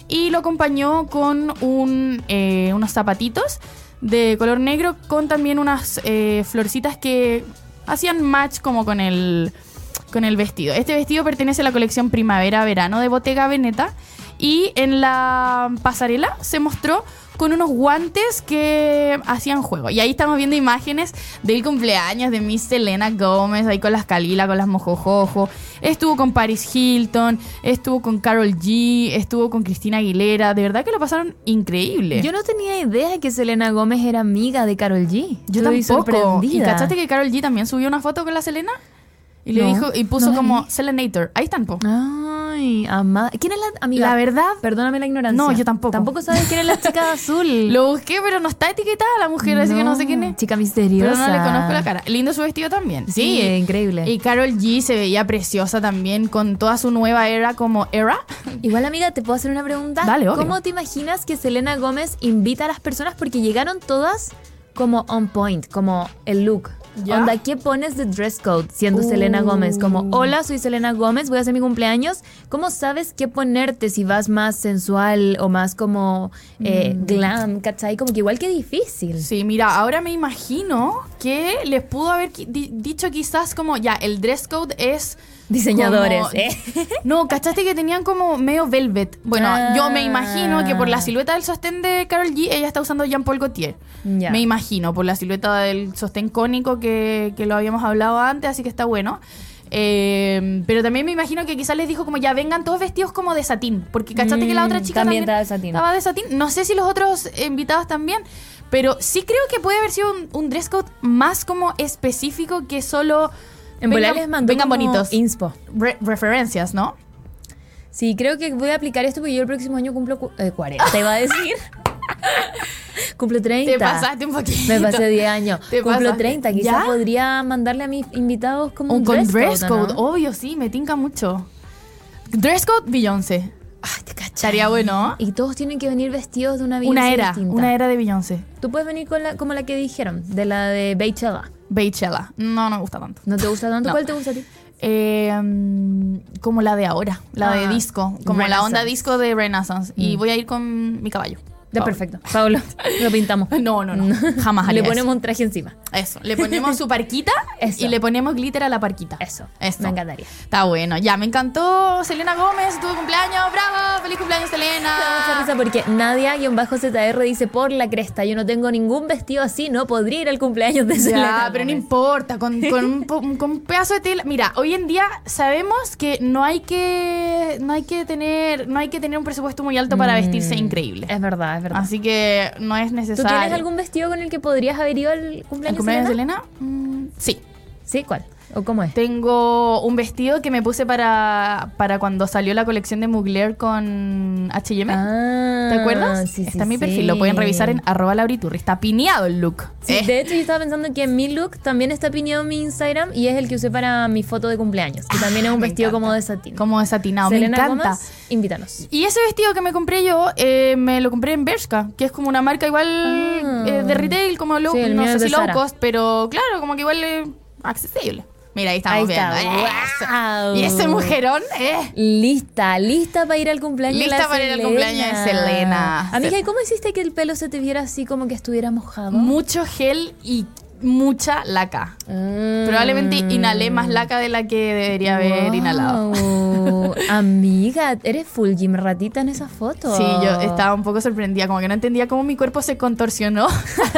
y lo acompañó con un, eh, unos zapatitos de color negro con también unas eh, florcitas que hacían match como con el, con el vestido. Este vestido pertenece a la colección Primavera-Verano de Bottega Veneta y en la pasarela se mostró con unos guantes que hacían juego. Y ahí estamos viendo imágenes del cumpleaños de Miss Selena Gómez, ahí con las Calila, con las Mojojojo. Estuvo con Paris Hilton, estuvo con Carol G, estuvo con Cristina Aguilera. De verdad que lo pasaron increíble. Yo no tenía idea que Selena Gómez era amiga de Carol G. Yo Estoy tampoco. ¿Y sorprendida. cachaste que Carol G también subió una foto con la Selena? Y le No, dijo, y puso no la como vi. Selenator. Ahí están, po. Ay, amada. ¿Quién es la amiga? La verdad, Perdóname la ignorancia. No, yo tampoco. Tampoco sabes quién es la chica de azul. lo busqué, pero no está etiquetada la mujer, así que no sé quién es. Chica misteriosa. Pero no le conozco la cara. Lindo su vestido también. Sí, eh, increíble. Y Carol G se veía preciosa también con toda su nueva era como era. Igual, amiga, te puedo hacer una pregunta. Dale, obvio. ¿Cómo te imaginas que Selena Gómez invita a las personas? Porque llegaron todas como on point, como el look. ¿Ya? Onda, ¿qué pones de dress code siendo Uh. Selena Gómez? Como, hola, soy Selena Gómez, voy a hacer mi cumpleaños. ¿Cómo sabes qué ponerte si vas más sensual o más como eh, glam, cachai? Como que igual que difícil. Mm. Sí, mira, ahora me imagino que les pudo haber qui- di- dicho quizás como, ya, el dress code es... Diseñadores, como- ¿eh? No, cachaste que tenían como medio velvet. Bueno, Ah. yo me imagino que por la silueta del sostén de Carol G, ella está usando Jean Paul Gaultier. Ya. Me imagino, por la silueta del sostén cónico que, que lo habíamos hablado antes, así que está bueno. Eh, pero también me imagino que quizás les dicho como ya vengan todos vestidos como de satín, porque cachaste que la otra Mm, chica también también, estaba de satín. estaba de satín. No sé si los otros invitados también, pero sí creo que puede haber sido un, un dress code más como específico que solo En vengan- volar les mandó vengan como bonitos. inspo. Re- referencias, ¿no? Sí, creo que voy a aplicar esto porque yo el próximo año cumplo cu- eh, 40, iba a decir. cumplo 30. Te pasaste un poquito. Me pasé 10 años. Te Cumplo pasaste. 30. Quizás ¿Ya? podría mandarle a mis invitados como un, Un con dress dress code, ¿o code, no? obvio, sí, me tinca mucho. Dress code Beyoncé. Ay, te cachai. Estaría bueno. Y todos tienen que venir vestidos de una Una Beyoncé era, distinta. una era de Beyoncé. Tú puedes venir con la, como la que dijeron, de la de Beychella. Beychella. No, no me gusta tanto. ¿No te gusta tanto? No. ¿Cuál te gusta a ti? Eh, mm, como la de ahora, la Ah, de disco, como la Renaissance. onda disco de Renaissance. Y voy a ir con mi caballo. Ya, Pablo. perfecto. Pablo, lo pintamos. No, no, no. Jamás Le haría eso. ponemos un traje encima. Eso, le ponemos su parquita Eso. y le ponemos glitter a la parquita. Eso. Eso. Me encantaría. Está bueno, ya me encantó. Selena Gómez, tu cumpleaños, bravo, feliz cumpleaños, Me da mucha Selena. risa porque Nadia-ZR dice por la cresta, yo no tengo ningún vestido así, no podría ir al cumpleaños de Selena. Ya, pero no Gómez". importa, con, con un, po- con un pedazo de tela. Mira, hoy en día sabemos que no hay que no hay que tener no hay que tener un presupuesto muy alto para vestirse increíble. Mm. Ah, Es verdad, es verdad. Así que no es ¿Tú necesario. tienes algún vestido con el que podrías haber ido al ¿El cumpleaños, cumpleaños de de Selena? Selena? Mm, sí. Sí, ¿cuál? ¿O cómo es? Tengo un vestido que me puse para, para cuando salió la colección de Mugler con H&M. Ah, ¿Te acuerdas? sí, sí, está en mi sí. perfil, lo pueden revisar en arroba lauriturri. Está pineado el look. Sí, Eh. de hecho yo estaba pensando que en mi look también está piñado mi Instagram y es el que usé para mi foto de cumpleaños, que también es un Ah, Me vestido encanta. como de satín. Como desatinado, Selena me encanta. Gómez, invítanos. Y ese vestido que me compré yo, eh, me lo compré en Bershka, que es como una marca igual Ah. eh, de retail, como low, Sí, el no mío sé es de si low Zara. cost, pero claro, como que igual eh, accesible. Mira, ahí estamos Ahí viendo. está, Eso. wow. Y ese mujerón, eh. Lista, lista para ir al cumpleaños de la Lista para ir al Selena. cumpleaños de Selena. Amiga, ¿y cómo hiciste que el pelo se te viera así como que estuviera mojado? Mucho gel y mucha laca. Mm. Probablemente inhalé más laca de la que debería haber Wow. inhalado. Amiga, eres full gym ratita en esa foto. Sí, yo estaba un poco sorprendida, como que no entendía cómo mi cuerpo se contorsionó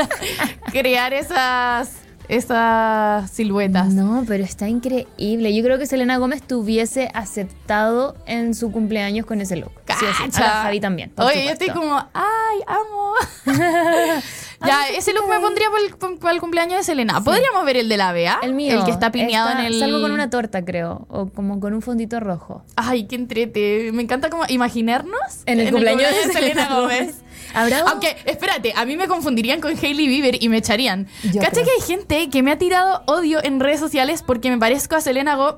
crear esas, esas siluetas. No, pero está increíble. Yo creo que Selena Gómez tuviese aceptado en su cumpleaños con ese look. Sí, o sí. A la Cacha. Javi también. por Ah, Oye, yo supuesto. estoy como, ay, amo. ya, ese look me pondría por el- por- para el, cumpleaños de Selena. ¿Podríamos ver el de la Bea? El mío. El que está piñado en el. Salgo con una torta, creo. O como con un fondito rojo. Ay, qué entrete. Me encanta como imaginarnos En el, cumpleaños, cumpleaños de Selena Gómez. Habrá un- Aunque, espérate, a mí me confundirían con Hailey Bieber y me echarían. Yo Cacha creo. que hay gente que me ha tirado odio en redes sociales porque me parezco a Selena Go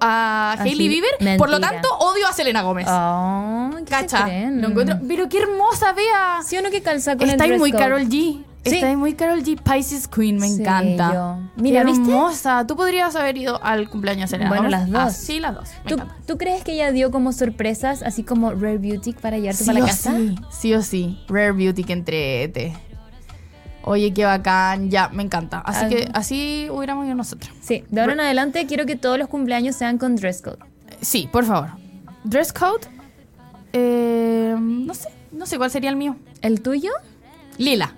A a Hailey- Hailey Bieber, por lo Ah, Mentira. tanto odio a Selena Gómez. Oh, ¿qué se pues, Cacha, creen? lo encuentro, pero qué hermosa vea. ¿Sí o no que calza con el Está ahí dress muy code? Carol G. Sí. Está ahí muy Carol G. Pisces Queen, me Sí, encanta. yo. Mira, Qué ¿viste? hermosa. Tú podrías haber ido al cumpleaños de Selena Bueno, Gómez. las dos. Ah, sí, las dos. Me ¿Tú, encanta. tú crees que ella dio como sorpresas, así como Rare Beauty para llevarte Sí para la o casa? Sí, sí o sí. Rare Beauty que entrete. Oye, qué bacán. Ya, me encanta. Así Ah. que así hubiéramos ido nosotros. Sí, de ahora en adelante quiero que todos los cumpleaños sean con dress code. Sí, por favor. Dress code. eh, no sé. No sé cuál sería el mío. ¿El tuyo? Mm, Lila.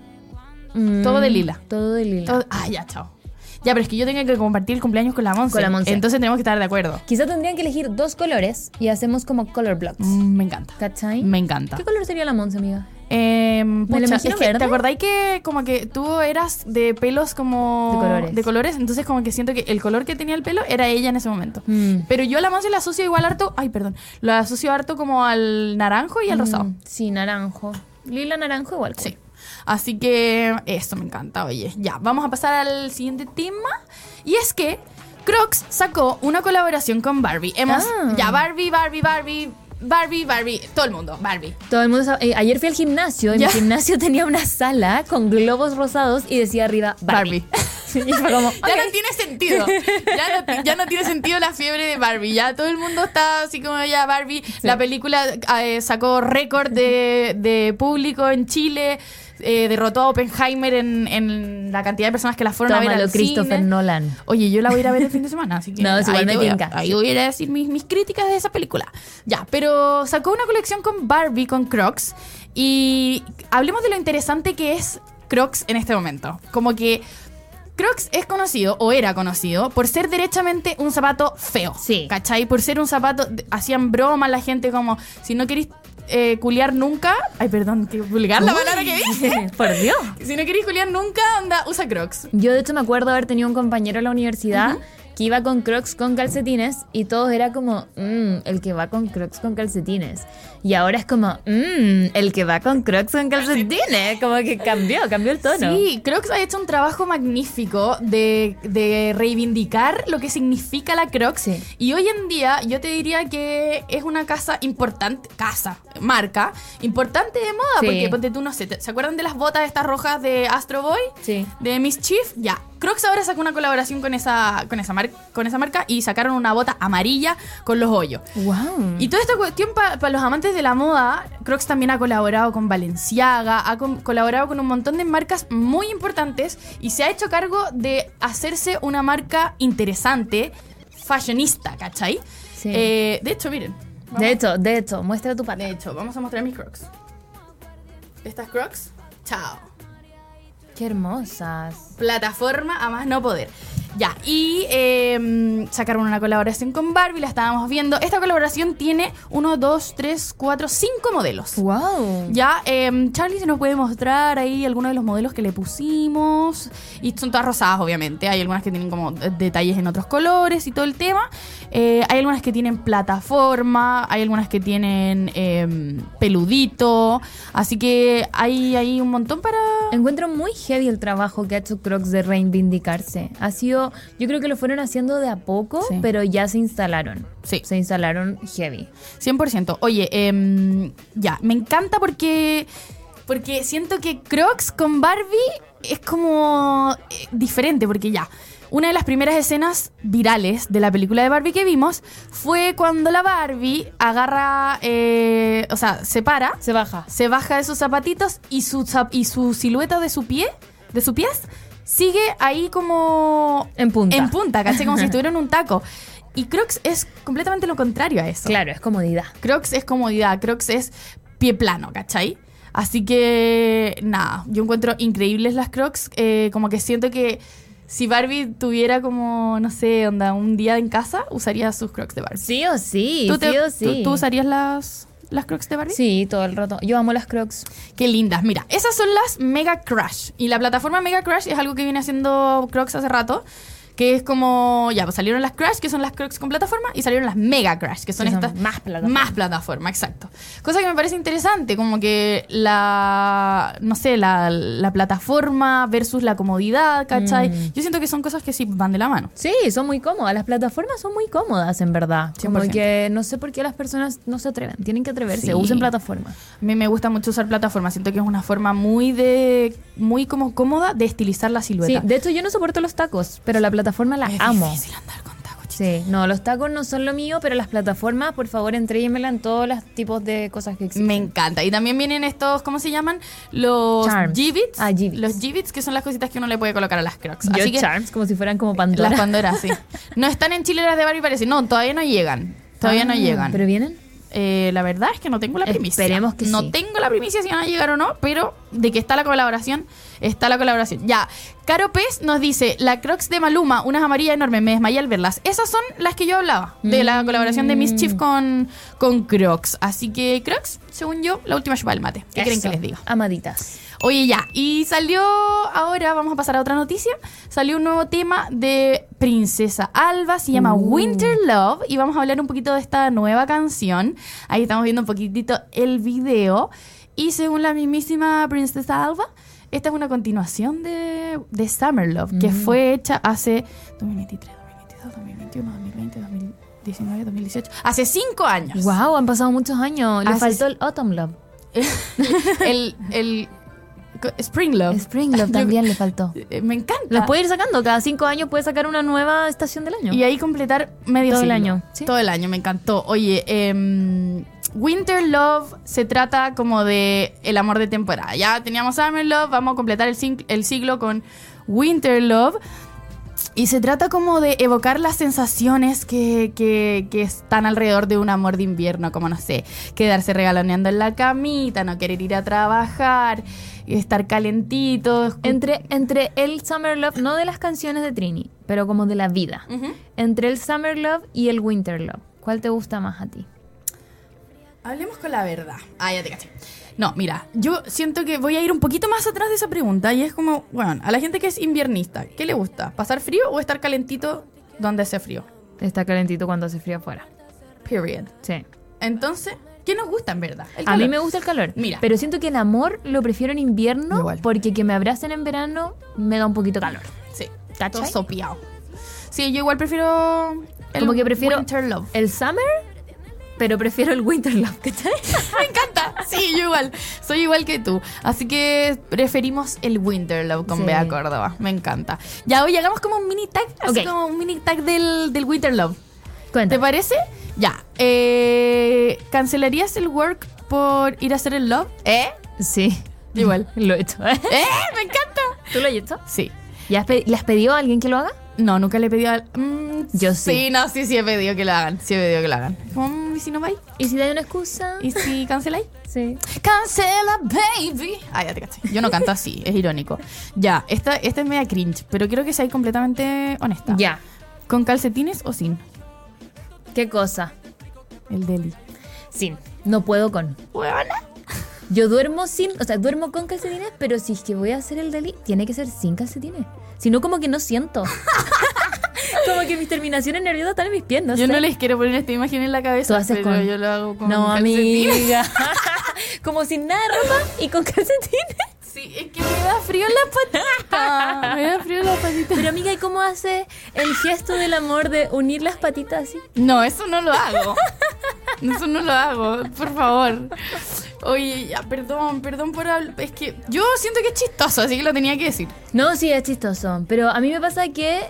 Todo de lila. Todo de lila. Todo- ah, ya, chao. Ya, pero es que yo tenía que compartir el cumpleaños con la Monse. Con la Monse. Entonces tenemos que estar de acuerdo. Quizá tendrían que elegir dos colores y hacemos como color blocks. Mm, me encanta. ¿Cachai? Me encanta. ¿Qué color sería la Monza, amiga? Eh, pucha, lo imagino es que, ¿Te verde. acordáis que como que tú eras de pelos como... De colores. Entonces como que siento que el color que tenía el pelo era ella en ese momento. Mm. Pero yo a la Monse la asocio igual harto... Ay, perdón. La asocio harto como al naranjo y al rosado. Mm, Sí, naranjo. Lila, naranjo, igual. cool. Sí. Así que eso me encanta, oye. Ya, vamos a pasar al siguiente tema. Y es que Crocs sacó una colaboración con Barbie. Hemos... Ah. Ya, Barbie, Barbie, Barbie... Barbie, Barbie, todo el mundo, Barbie. Todo el mundo sabe- eh, ayer fui al gimnasio y Ya. mi gimnasio tenía una sala con globos rosados y decía arriba Barbie. y fue como, Ya no ok. tiene sentido. Ya no, ti- ya no tiene sentido la fiebre de Barbie. Ya todo el mundo está así como ya Barbie. La película eh, sacó récord de, de público en Chile. eh, derrotó a Oppenheimer en, en la cantidad de personas que la fueron a ver Tómalo, al Christopher cine. Nolan. Oye, yo la voy a ir a ver el fin de semana, así que No, es igual ahí, me te voy a- tinca. ahí voy a ir a decir mis, mis críticas de esa película. Ya, pero sacó una colección con Barbie, con Crocs, y hablemos de lo interesante que es Crocs en este momento. Como que Crocs es conocido, o era conocido, por ser derechamente un zapato feo. Sí. ¿Cachai? Por ser un zapato, hacían bromas la gente como, si no querís eh, culiar nunca, ay, perdón, qué vulgar la palabra que dije. Por Dios. Si no querís culiar nunca, anda, usa Crocs. Yo de hecho me acuerdo haber tenido un compañero en la universidad que iba con crocs con calcetines y todos era como, mmm, el que va con crocs con calcetines. Y ahora es como, mmm, el que va con crocs con calcetines. Como que cambió, cambió el tono. Sí, Crocs ha hecho un trabajo magnífico de, de reivindicar lo que significa la Crocs. Sí. Y hoy en día yo te diría que es una casa importante, casa, marca, importante de moda. Sí. Porque ponte tú, no sé, ¿te- ¿se acuerdan de las botas estas rojas de Astro Boy? Sí. De Miss Chief, ya. Crocs ahora sacó una colaboración con esa, con, esa mar- con esa marca y sacaron una bota amarilla con los hoyos. Wow. Y toda esta cuestión para los amantes de la moda, Crocs también ha colaborado con Balenciaga, ha con- colaborado con un montón de marcas muy importantes y se ha hecho cargo de hacerse una marca interesante, fashionista, ¿cachai? Sí. Eh, de hecho, miren. vamos- de hecho, de hecho, muestra tu de pata. hecho, vamos a mostrar mis Crocs. Estas Crocs, chao Qué hermosas. plataforma a más no poder. Ya, y eh, sacaron una colaboración con Barbie, la estábamos viendo. Esta colaboración tiene 1, 2, 3, 4, 5 modelos. ¡Wow! Ya, eh, Charlie se nos puede mostrar ahí algunos de los modelos que le pusimos. Y son todas rosadas, obviamente. Hay algunas que tienen como de- detalles en otros colores y todo el tema. Eh, hay algunas que tienen plataforma, hay algunas que tienen eh, peludito. Así que hay, hay un montón para... Encuentro muy heavy el trabajo que ha hecho Crocs de reivindicarse. Ha sido, yo creo que lo fueron haciendo de a poco, Sí. pero ya se instalaron. Sí. Se instalaron heavy. 100%. Oye, em, ya, me encanta porque, porque siento que Crocs con Barbie es como eh, diferente, porque ya, una de las primeras escenas virales de la película de Barbie que vimos fue cuando la Barbie agarra, eh, o sea, se para, Se baja. se baja de sus zapatitos y su, zap- y su silueta de su pie, de sus pies, sigue ahí como... En punta. En punta, ¿cachai? Como si estuviera en un taco. Y Crocs es completamente lo contrario a eso. Claro, es comodidad. Crocs es comodidad, Crocs es pie plano, ¿cachai? Así que, nada, yo encuentro increíbles las Crocs. eh, como que siento que si Barbie tuviera como, no sé, onda, un día en casa, usaría sus Crocs de Barbie. Sí o sí, ¿Tú, te- sí o tú- sí. tú usarías las, las Crocs de Barbie? Sí, todo el rato. Yo amo las Crocs. Qué lindas. Mira, esas son las Mega Crush. Y la plataforma Mega Crush es algo que viene haciendo Crocs hace rato. Que es como, ya, pues salieron las Crush, que son las Crocs con plataforma, y salieron las Mega Crush, que son Que son estas. más plataforma. Más plataforma, exacto. Cosa que me parece interesante, como que la. No sé, la, la plataforma versus la comodidad, ¿cachai? Mm. Yo siento que son cosas que sí van de la mano. Sí, son muy cómodas. Las plataformas son muy cómodas, en verdad. Como 100%. que no sé por qué las personas no se atreven. Tienen que atreverse. Sí. Usen plataformas. A mí me gusta mucho usar plataforma, siento que es una forma muy de. muy como cómoda de estilizar la Sí, silueta. de hecho yo no soporto los tacos, pero la plataforma la es amo. difícil andar con tacos, chicos. Sí, no, los tacos no son lo mío, pero las plataformas, por favor, entréguenmela en todos los tipos de cosas que existen. Me encanta. Y también vienen estos, ¿cómo se llaman? Los Charms. gibbets. Ah, gibbets. Los gibbets, que son las cositas que uno le puede colocar a las crocs. Yo Así que charms, como si fueran como eh, Pandora. las pandoras, sí. No están en Chile las de Barbie, parece. No, todavía no llegan. Todavía no Ah, llegan. ¿Pero vienen? Eh, la verdad es que no tengo la primicia. Esperemos que No sí. tengo la primicia si van a llegar o no, pero de que está la colaboración, está la colaboración. Ya, Caro Pez nos dice, la Crocs de Maluma, unas amarillas enormes, me desmayé al verlas. Esas son las que yo hablaba, de Mm. la colaboración de Mischief con, con Crocs. Así que Crocs, según yo, la última chupa del mate. ¿Qué quieren Eso. que les diga? Amaditas. Oye, ya, y salió ahora, vamos a pasar a otra noticia. Salió un nuevo tema de Princesa Alba, se llama Uh. Winter Love, y vamos a hablar un poquito de esta nueva canción. Ahí estamos viendo un poquitito el video. Y según la mismísima Princesa Alba, esta es una continuación de, de Summer Love, que fue hecha hace 2023, 2022, 2021, 2020, 2019, 2018. Hace cinco años. Wow, han pasado muchos años. Le Haces- faltó el Autumn Love. El, el Spring Love. Spring Love Ah. también le faltó. Eh, Me encanta. Las puede ir sacando. Cada cinco años puede sacar una nueva estación del año. Y ahí completar medio Todo el siglo. año, ¿sí? Todo el año, me encantó. Oye, em, Winter Love se trata como de el amor de temporada. Ya teníamos Summer Love, vamos a completar el, cin- el siglo con Winter Love. Y se trata como de evocar las sensaciones que, que- que están alrededor de un amor de invierno, como no sé, quedarse regaloneando en la camita, no querer ir a trabajar, estar calentitos. entre, entre el Summer Love, no de las canciones de Trini, pero como de la vida. Ujú. Entre el Summer Love y el Winter Love. ¿Cuál te gusta más a ti? Hablemos con la verdad. Ah, ya te caché. No, mira, yo siento que voy a ir un poquito más atrás de esa pregunta y es como, bueno, a la gente que es inviernista, ¿qué le gusta? ¿Pasar frío o estar calentito donde hace frío? Está calentito cuando hace frío afuera. Period. Sí. Entonces, ¿qué nos gusta en verdad? El A mí calor. me gusta el calor. Mira. Pero siento que el amor lo prefiero en invierno Igual. porque que me abracen en verano me da un poquito calor. Sí, ¿Cachai? todo sopeado. Sí, yo igual prefiero el Como que prefiero- Winter Love. El summer, pero prefiero el winter love, ¿cachai? Me encanta. Sí, yo igual. Soy igual que tú. Así que preferimos el Winter Love con Sí. Bea Córdoba. Me encanta. Ya hoy hagamos como un mini tag, así Ok. como un mini tag del, del Winter Love. ¿Te Cuéntame. parece? Ya. Eh, ¿Cancelarías el work por ir a hacer el love? ¿Eh? Sí, Igual. lo he hecho. ¿eh? ¡Eh! ¡Me encanta! ¿Tú lo has hecho? Sí. ¿Ya has pe- ¿Le has pedido a alguien que lo haga? No, nunca le he pedido al. mm, Yo sí. Sí, no, sí, sí he pedido que lo hagan. Sí he pedido que lo hagan. Como, mm, si no vais? ¿Y si dais una excusa? ¿Y si canceláis? Sí. Cancela, baby. Ah, ya te caché. Yo no canto así, es irónico. Ya, esta, esta es media cringe, pero quiero que seáis completamente honesta. Ya. ¿Con calcetines o sin? ¿Qué cosa? El deli. Sin. No puedo con. Huevona. Yo duermo sin, o sea, duermo con calcetines, pero si es que voy a hacer el deli, tiene que ser sin calcetines. Si no, como que no siento. como que mis terminaciones nerviosas están en mis piernas. Yo no les quiero poner esta imagen en la cabeza, Tú haces pero con- yo lo hago con No, calcetines. amiga. como sin nada de ropa y con calcetines. Sí, es que me da frío en la patita. me da frío en la patita. Pero amiga, ¿y cómo hace el gesto del amor de unir las patitas así? No, eso no lo hago. Eso no lo hago, por favor. Oye, ya, perdón, perdón por hablar. Es que yo siento que es chistoso, así que lo tenía que decir. No, sí, es chistoso. Pero a mí me pasa que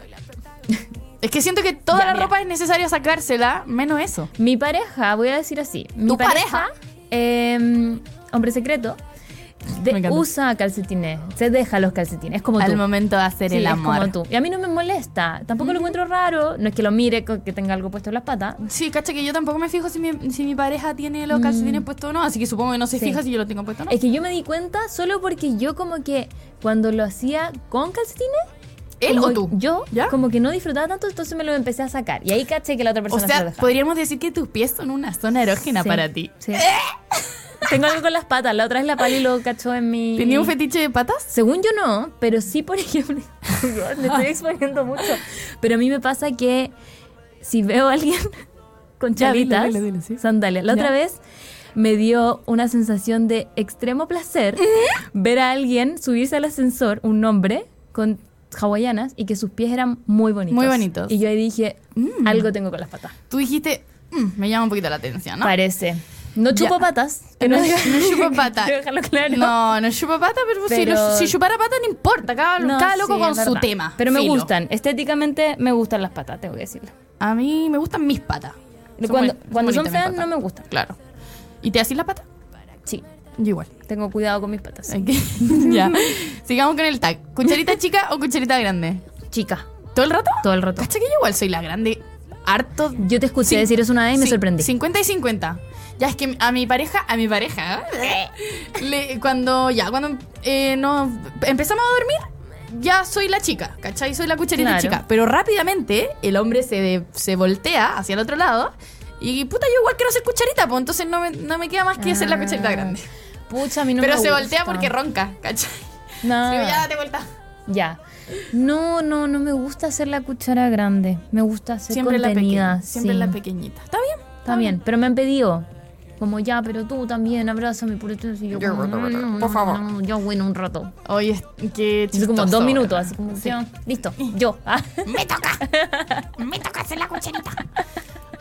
Es que siento que toda Ya, la mira. ropa es necesario sacársela, menos eso. Mi pareja, voy a decir así. Mi ¿Tu pareja? eh, hombre secreto. de- Me encanta. usa calcetines, se deja los calcetines, es como Al tú. momento de hacer Sí, el es amor. como tú. Y a mí no me molesta, tampoco lo encuentro raro, no es que lo mire co- que tenga algo puesto en las patas. Sí, cacha que yo tampoco me fijo si mi, si mi pareja tiene los calcetines puestos o no, así que supongo que no se Mm. Sí. fija si yo los tengo puestos o no. Es que yo me di cuenta solo porque yo como que cuando lo hacía con calcetines, ¿Él como o tú? Yo ¿Ya? como que no disfrutaba tanto, entonces me lo empecé a sacar. Y ahí caché que la otra O persona se lo sea, dejaba. podríamos decir que tus pies son una zona erógena Sí, para ti. sí. Tengo algo con las patas, la otra vez la pali lo cachó en mi... ¿Tenía un fetiche de patas? Según yo no, pero sí, por ejemplo, me estoy exponiendo mucho, pero a mí me pasa que si veo a alguien con Ya, dilo, chalitas, dilo, dilo, sí. sandalias, la otra Ya. vez me dio una sensación de extremo placer ver a alguien subirse al ascensor, un hombre, con hawaianas y que sus pies eran muy bonitos. Muy bonitos. Mm. Y yo ahí dije, algo tengo con las patas. Tú dijiste, "Mm, me llama un poquito la atención, ¿no? Parece. No chupo Ya. patas. que No, no chupa pata. Quiero dejarlo claro. No, no chupa pata, pero, Si, Pero- lo- si chupara pata no importa, cada, No, Ah, cada loco sí, con es su verdad. tema. Pero me Filo. gustan. Estéticamente me gustan las patas, tengo que decirlo. A mí me gustan mis patas. Son Cuando- buen- cuando son bonitas mis feas, patas. no me gustan. Claro. ¿Y te haces la pata? Sí, Yo igual. tengo cuidado con mis patas. Ok, ya. Sigamos con el tag. ¿Cucharita chica o cucharita grande? Chica, ¿Todo el rato? todo el rato. Cacha que yo igual soy la grande. Harto. Yo te escuché Sí. decir eso una vez y me Sí, sorprendí. 50 y 50. Ya es que a mi pareja, a mi pareja, ¿eh? le- cuando ya, cuando eh, nos empezamos a dormir, ya soy la chica, ¿cachai? Soy la cucharita Claro. chica. Pero rápidamente el hombre se, de- se voltea hacia el otro lado y puta, yo igual quiero ser cucharita, pues entonces no me, no me queda más que ser la Ah, cucharita grande. Pucha, a mí no Pero me se gusta. Ah. voltea porque ronca, ¿cachai? No. Digo, ya, te vuelta. Ya. No, no, no me gusta hacer la cuchara grande. Me gusta hacer Siempre la contenida. pequeña. Siempre sí. la pequeñita. ¿Está bien? También, pero me han pedido. Como ya, pero tú también, abrázame por esto. Y yo, Yo, como, por no, no, no, favor. no, yo, bueno, un rato. Oye, es- qué Así como chistoso, dos minutos, ¿verdad? así como, Sí. Mm. ya, listo, yo. Ah. Me toca. Me toca hacer la cucharita.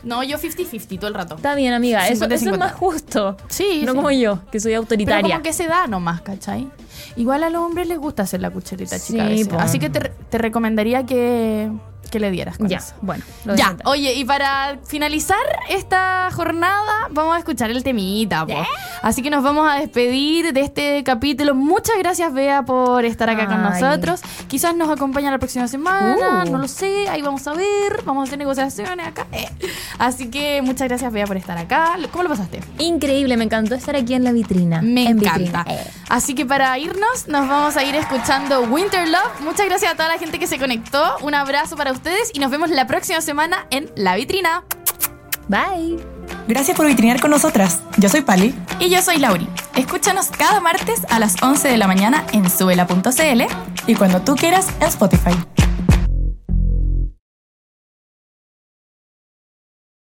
No, yo 50-50 todo el rato. Está bien, amiga, eso, 50-50. eso es más justo. Sí, No sí. como yo, que soy Pero autoritaria. como que se da nomás, ¿cachai? Igual a los hombres les gusta hacer la cucharita Sí, chica a veces. po. Así que te, te recomendaría que, que le dieras con Ya, eso. bueno. lo voy a Ya, intentar. oye, y para finalizar esta jornada, vamos a escuchar el temita. po. Así que nos vamos a despedir de este capítulo. Muchas gracias, Bea, por estar acá con Ay. nosotros. Quizás nos acompaña la próxima semana, Uh. no lo sé. Ahí vamos a ver, vamos a hacer negociaciones acá. eh. Así que muchas gracias, Bea, por estar acá. ¿Cómo lo pasaste? Increíble, me encantó estar aquí en la vitrina. Me En encanta. vitrina. Eh. Así que para irnos, nos vamos a ir escuchando Winter Love. Muchas gracias a toda la gente que se conectó. Un abrazo para ustedes y nos vemos la próxima semana en La Vitrina. Bye. Gracias por vitrinear con nosotras. Yo soy Pali. Y yo soy Lauri. Escúchanos cada martes a las 11 de la mañana en suela.cl. Y cuando tú quieras, en Spotify.